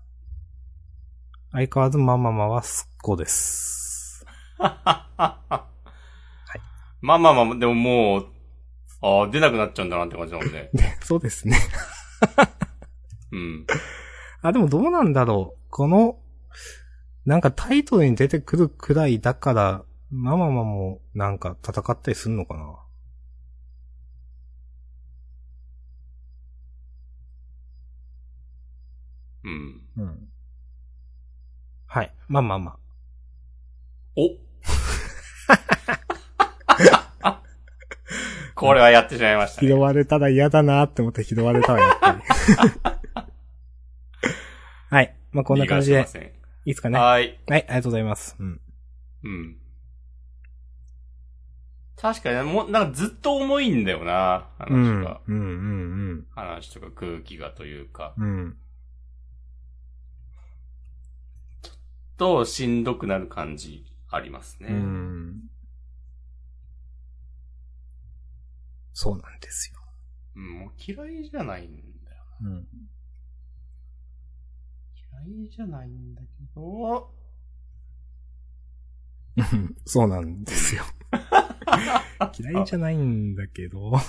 Speaker 1: 相変わらずマママはすっこです。
Speaker 2: はい。 まあまあまあ、でももう、あー出なくなっちゃうんだなって感じなので。
Speaker 1: ね そうですね。
Speaker 2: うん。
Speaker 1: あ、でもどうなんだろう。この、なんかタイトルに出てくるくらいだから、マママもなんか戦ったりすんのかな。
Speaker 2: うん。
Speaker 1: うん。はい。まあまあまあ。
Speaker 2: お これはやってしまいました
Speaker 1: 拾
Speaker 2: ね。
Speaker 1: われたら嫌だなって思って拾われたらやっぱり。 はい。まあこんな感じで、い
Speaker 2: 逃がしません
Speaker 1: いですかね。はい、
Speaker 2: は
Speaker 1: あ
Speaker 2: ーい。
Speaker 1: りがとうございます。うん。
Speaker 2: うん。確かに、もう、なんかずっと重いんだよな、
Speaker 1: う
Speaker 2: 話
Speaker 1: ん。
Speaker 2: が。
Speaker 1: うんうん
Speaker 2: 話とか空気がというか。
Speaker 1: うん。うん。
Speaker 2: と、しんどくなる感じありますね。
Speaker 1: うん。そうなんですよ。
Speaker 2: うんもう嫌いじゃないんだよ。
Speaker 1: うん。
Speaker 2: 嫌いじゃないんだけど、
Speaker 1: そうなんですよ。嫌いじゃないんだけど。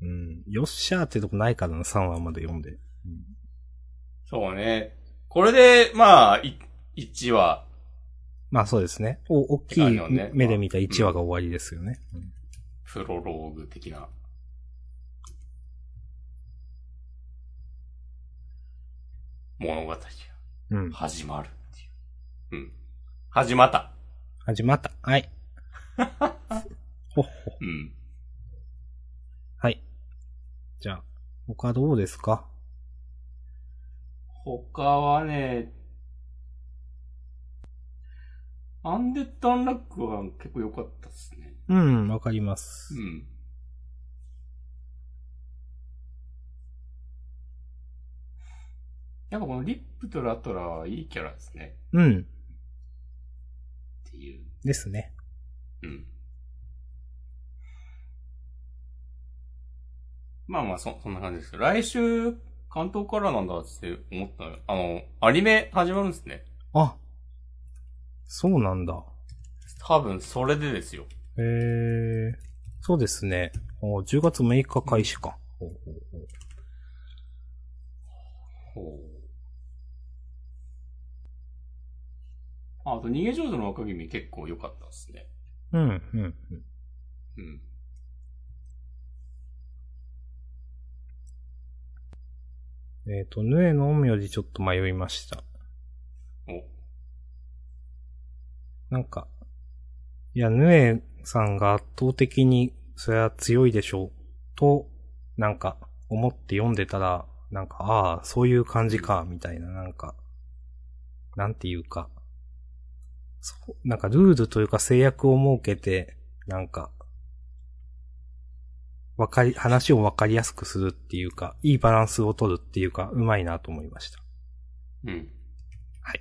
Speaker 1: うん。よっしゃーってとこないからな、3話まで読んで。
Speaker 2: そうね。これで、まあ、い1話、
Speaker 1: まあそうですね。お、大き
Speaker 2: あ
Speaker 1: い
Speaker 2: のね
Speaker 1: 目で見た1話が終わりですよね。
Speaker 2: プロローグ的な。物語が
Speaker 1: うん。
Speaker 2: 始まるっていう。うん。始まった。
Speaker 1: 始まった。はい。ほっほ。
Speaker 2: うん。
Speaker 1: はい。じゃあ、他どうですか
Speaker 2: 他はね、アンデッドアンラックは結構良かったっすね。
Speaker 1: うん、わかります。
Speaker 2: うん。やっぱこのリップとラトラはいいキャラですね。
Speaker 1: うん。
Speaker 2: っていう。
Speaker 1: ですね。
Speaker 2: うん。まあまあ、そ、そんな感じですけど、来週関東からなんだって思ったのよあの、アニメ始まるんですね。
Speaker 1: あ、そうなんだ。
Speaker 2: 多分それでですよ。
Speaker 1: へえ、そうですね。お10月6日開始か。ほうほうほう
Speaker 2: ほう。ああと、逃げ上手の若君結構良かったですね。
Speaker 1: うん、うん、うん。
Speaker 2: うん。
Speaker 1: えっ、と、ぬえの陰陽字ちょっと迷いました。
Speaker 2: お、
Speaker 1: なんか、いや、ぬえさんが圧倒的に、それは強いでしょう、と、なんか、思って読んでたら、なんか、ああ、そういう感じか、みたいな、なんか、なんていうか、そう、なんか、ルールというか制約を設けて、なんか、わかり、話をわかりやすくするっていうか、いいバランスを取るっていうか、うまいなと思いました。
Speaker 2: うん。
Speaker 1: はい。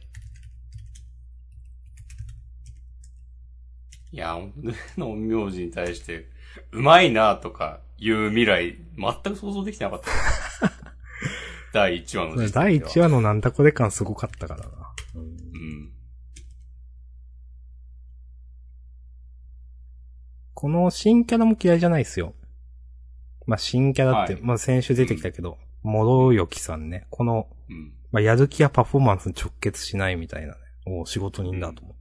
Speaker 2: いや、 本当ね、の名字に対して、うまいなとかいう未来、全く想像できてなか った。第1話の時点では
Speaker 1: 第1話のなんだこれ感すごかったからな。うん
Speaker 2: うん。
Speaker 1: この新キャラも嫌いじゃないですよ。まあ、新キャラって、
Speaker 2: はい
Speaker 1: まあ、先週出てきたけど、もろよきさんね。この、
Speaker 2: うん。
Speaker 1: まあ、やる気やパフォーマンスに直結しないみたいなね。お仕事人だと思っ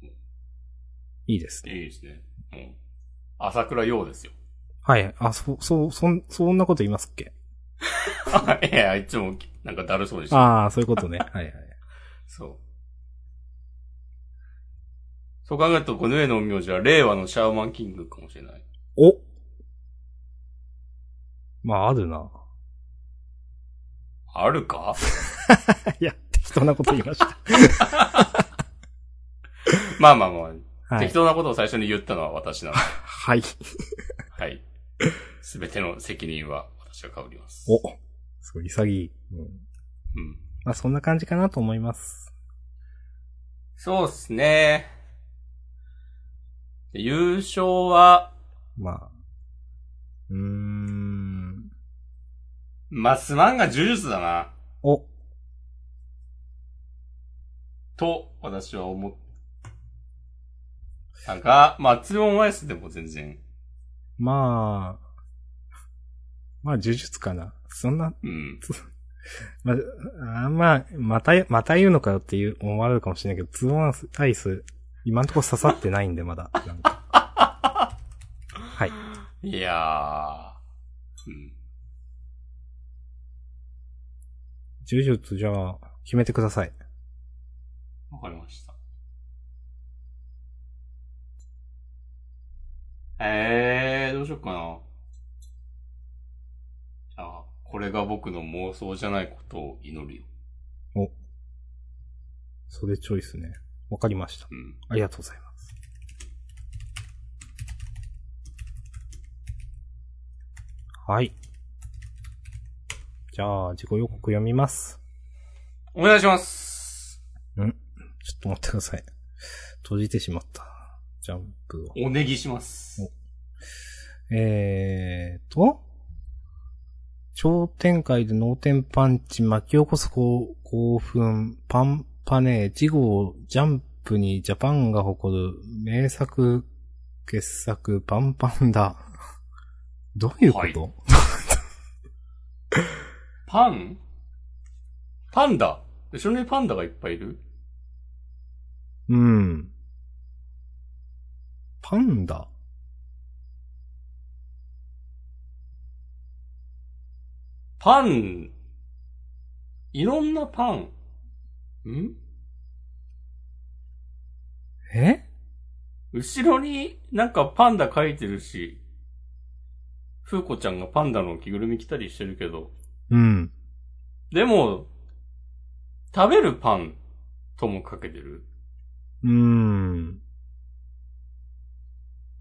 Speaker 1: て。いいですね。
Speaker 2: いいですね。うん。朝倉陽ですよ。
Speaker 1: はい。あ、そ、そう、そん、そんなこと言いますっけ
Speaker 2: いや、いつも、なんかだるそうでした。
Speaker 1: ああ、そういうこと ね。はいはい。
Speaker 2: そう。そう考えると、この絵の名字は令和のシャーマンキングかもしれない。
Speaker 1: おまあ、あるな。
Speaker 2: あるか
Speaker 1: いや、適当なこと言いました。
Speaker 2: まあまあまあ、
Speaker 1: はい
Speaker 2: 適。当なことを最初に言ったのは私 なので。
Speaker 1: はい。
Speaker 2: はい。すべての責任は私が被ります。
Speaker 1: おすごい潔い。うん。
Speaker 2: うん。
Speaker 1: まあ、そんな感じかなと思います。
Speaker 2: そうですね。で優勝は、
Speaker 1: まあ。うーん。
Speaker 2: マスマンガ呪術だな、
Speaker 1: お、
Speaker 2: と私は思ったが、まあ、ツーオンアイスでも全然、
Speaker 1: まあ。まあ、呪術かな。そんな、
Speaker 2: うん。
Speaker 1: まあ、あんまあ、また、また言うのかよっていう思われるかもしれないけど、ツーワンアイス、今んとこ刺さってないんで、まだ。なんかはい。
Speaker 2: いやー。うん。
Speaker 1: 呪術、じゃあ、決めてください。
Speaker 2: わかりました。えー、どうしよっかな。じゃあ、これが僕の妄想じゃないことを祈るよ。
Speaker 1: それチョイスね。わかりました。
Speaker 2: うん。
Speaker 1: ありがとうございます。はい。じゃあ、自己予告読みます。
Speaker 2: お願いします。
Speaker 1: ちょっと待ってください。閉じてしまった。ジャンプを。
Speaker 2: お願いします。
Speaker 1: えーと、超展開で脳天パンチ巻き起こす興興奮、パンパネー、次号、ジャンプにジャパンが誇る名作、傑作、パンパンだ。 どういうこと、
Speaker 2: パンパンダ後ろにパンダがいっぱいいる
Speaker 1: うん。パンダ
Speaker 2: パン、いろんなパン。ん
Speaker 1: え
Speaker 2: 後ろになんかパンダ描いてるし、風子ちゃんがパンダの着ぐるみ着たりしてるけど、
Speaker 1: うん。
Speaker 2: でも、食べるパンともかけてる。
Speaker 1: うーん。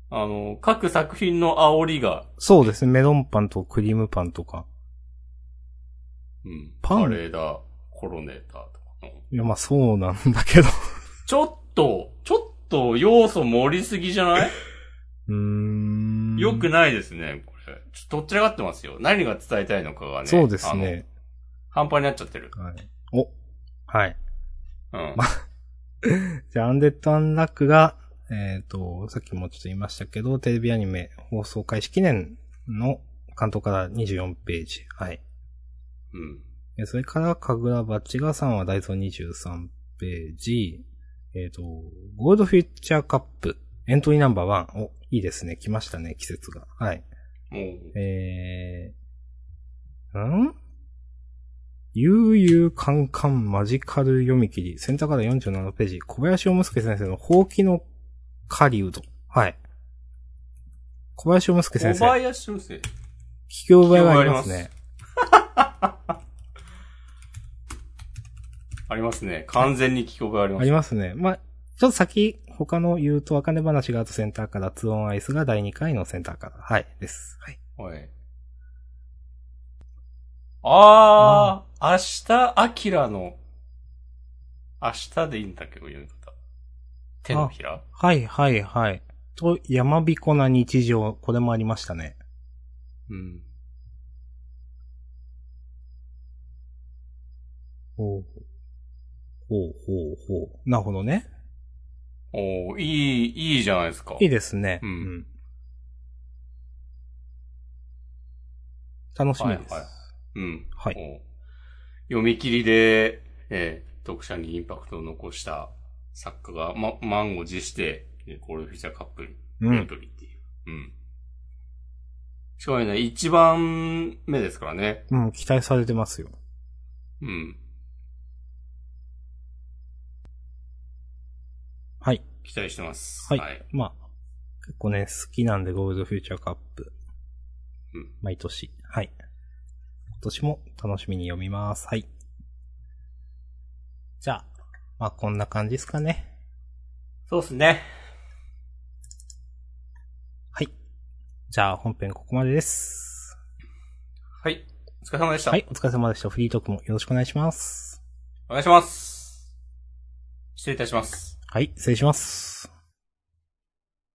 Speaker 2: あの、各作品の煽りが、
Speaker 1: そうですね。メロンパンとクリームパンとか。
Speaker 2: うん、
Speaker 1: パン
Speaker 2: カレーだ、コロネーターとか。うん
Speaker 1: いや、まあそうなんだけど。
Speaker 2: ちょっと、ちょっと要素盛りすぎじゃないう
Speaker 1: ーん。
Speaker 2: 良くないですね、これ。ちょっとどっちらかってますよ。何が伝えたいのかがね。
Speaker 1: そうですね。
Speaker 2: 半端になっちゃってる。
Speaker 1: はい。お。はい。
Speaker 2: うん。
Speaker 1: じゃあ、アンデッド・アンラックが、えっ、と、さっきもちょっと言いましたけど、テレビアニメ放送開始記念の関東から24ページ。はい。
Speaker 2: うん。
Speaker 1: えそれから、かぐらばちが3話、ダイソー23ページ。えっ、と、ゴールドフューチャーカップ、エントリーナンバー1。お、いいですね。来ましたね、季節が。はい。
Speaker 2: もう、
Speaker 1: えー、ん悠々カンカンマジカル読み切り、センターから47ページ、小林おむすけ先生のほうきの狩人。はい。小林おむすけ
Speaker 2: 小
Speaker 1: 先生。聞
Speaker 2: 林先生。
Speaker 1: き覚えがありますね。
Speaker 2: ありますね。完全に聞き覚えありま
Speaker 1: あ
Speaker 2: す。
Speaker 1: りますね。まあ、ちょっと先、他の言うと、あかね話があとセンターから、ツオンアイスが第2回のセンターから。はい、です。はい。
Speaker 2: はい。あー、明日、アキラの、明日でいいんだけど、読み方。手のひら
Speaker 1: はい、はい、はい。と、山びこな日常、これもありましたね。
Speaker 2: うん。
Speaker 1: ほうほうほうほう。なるほどね。
Speaker 2: おー、いい、いいじゃないですか。
Speaker 1: いいですね。
Speaker 2: うん
Speaker 1: 楽しみです。
Speaker 2: はいはうん。
Speaker 1: はい
Speaker 2: お読み切りで、えー読者にインパクトを残した作家が、ま、満を持して、えーゴールドフィッシャーカップに
Speaker 1: う
Speaker 2: エン
Speaker 1: ん。
Speaker 2: トリーっていう。うん。しかもね、一番目ですからね。
Speaker 1: うん、期待されてますよ。
Speaker 2: うん。
Speaker 1: はい。
Speaker 2: 期待してます。
Speaker 1: はいまあ、結構ね、好きなんで、ゴールドフューチャーカップ。
Speaker 2: うん
Speaker 1: 毎年。はい。今年も楽しみに読みます。はい。じゃあ、まあこんな感じですかね。
Speaker 2: そうですね。
Speaker 1: はい。じゃあ本編ここまでです。
Speaker 2: はい。お疲れ様でした。
Speaker 1: はい、お疲れ様でした。フリートークもよろしくお願いします。
Speaker 2: お願いします。失礼いたします。
Speaker 1: はい、失礼します。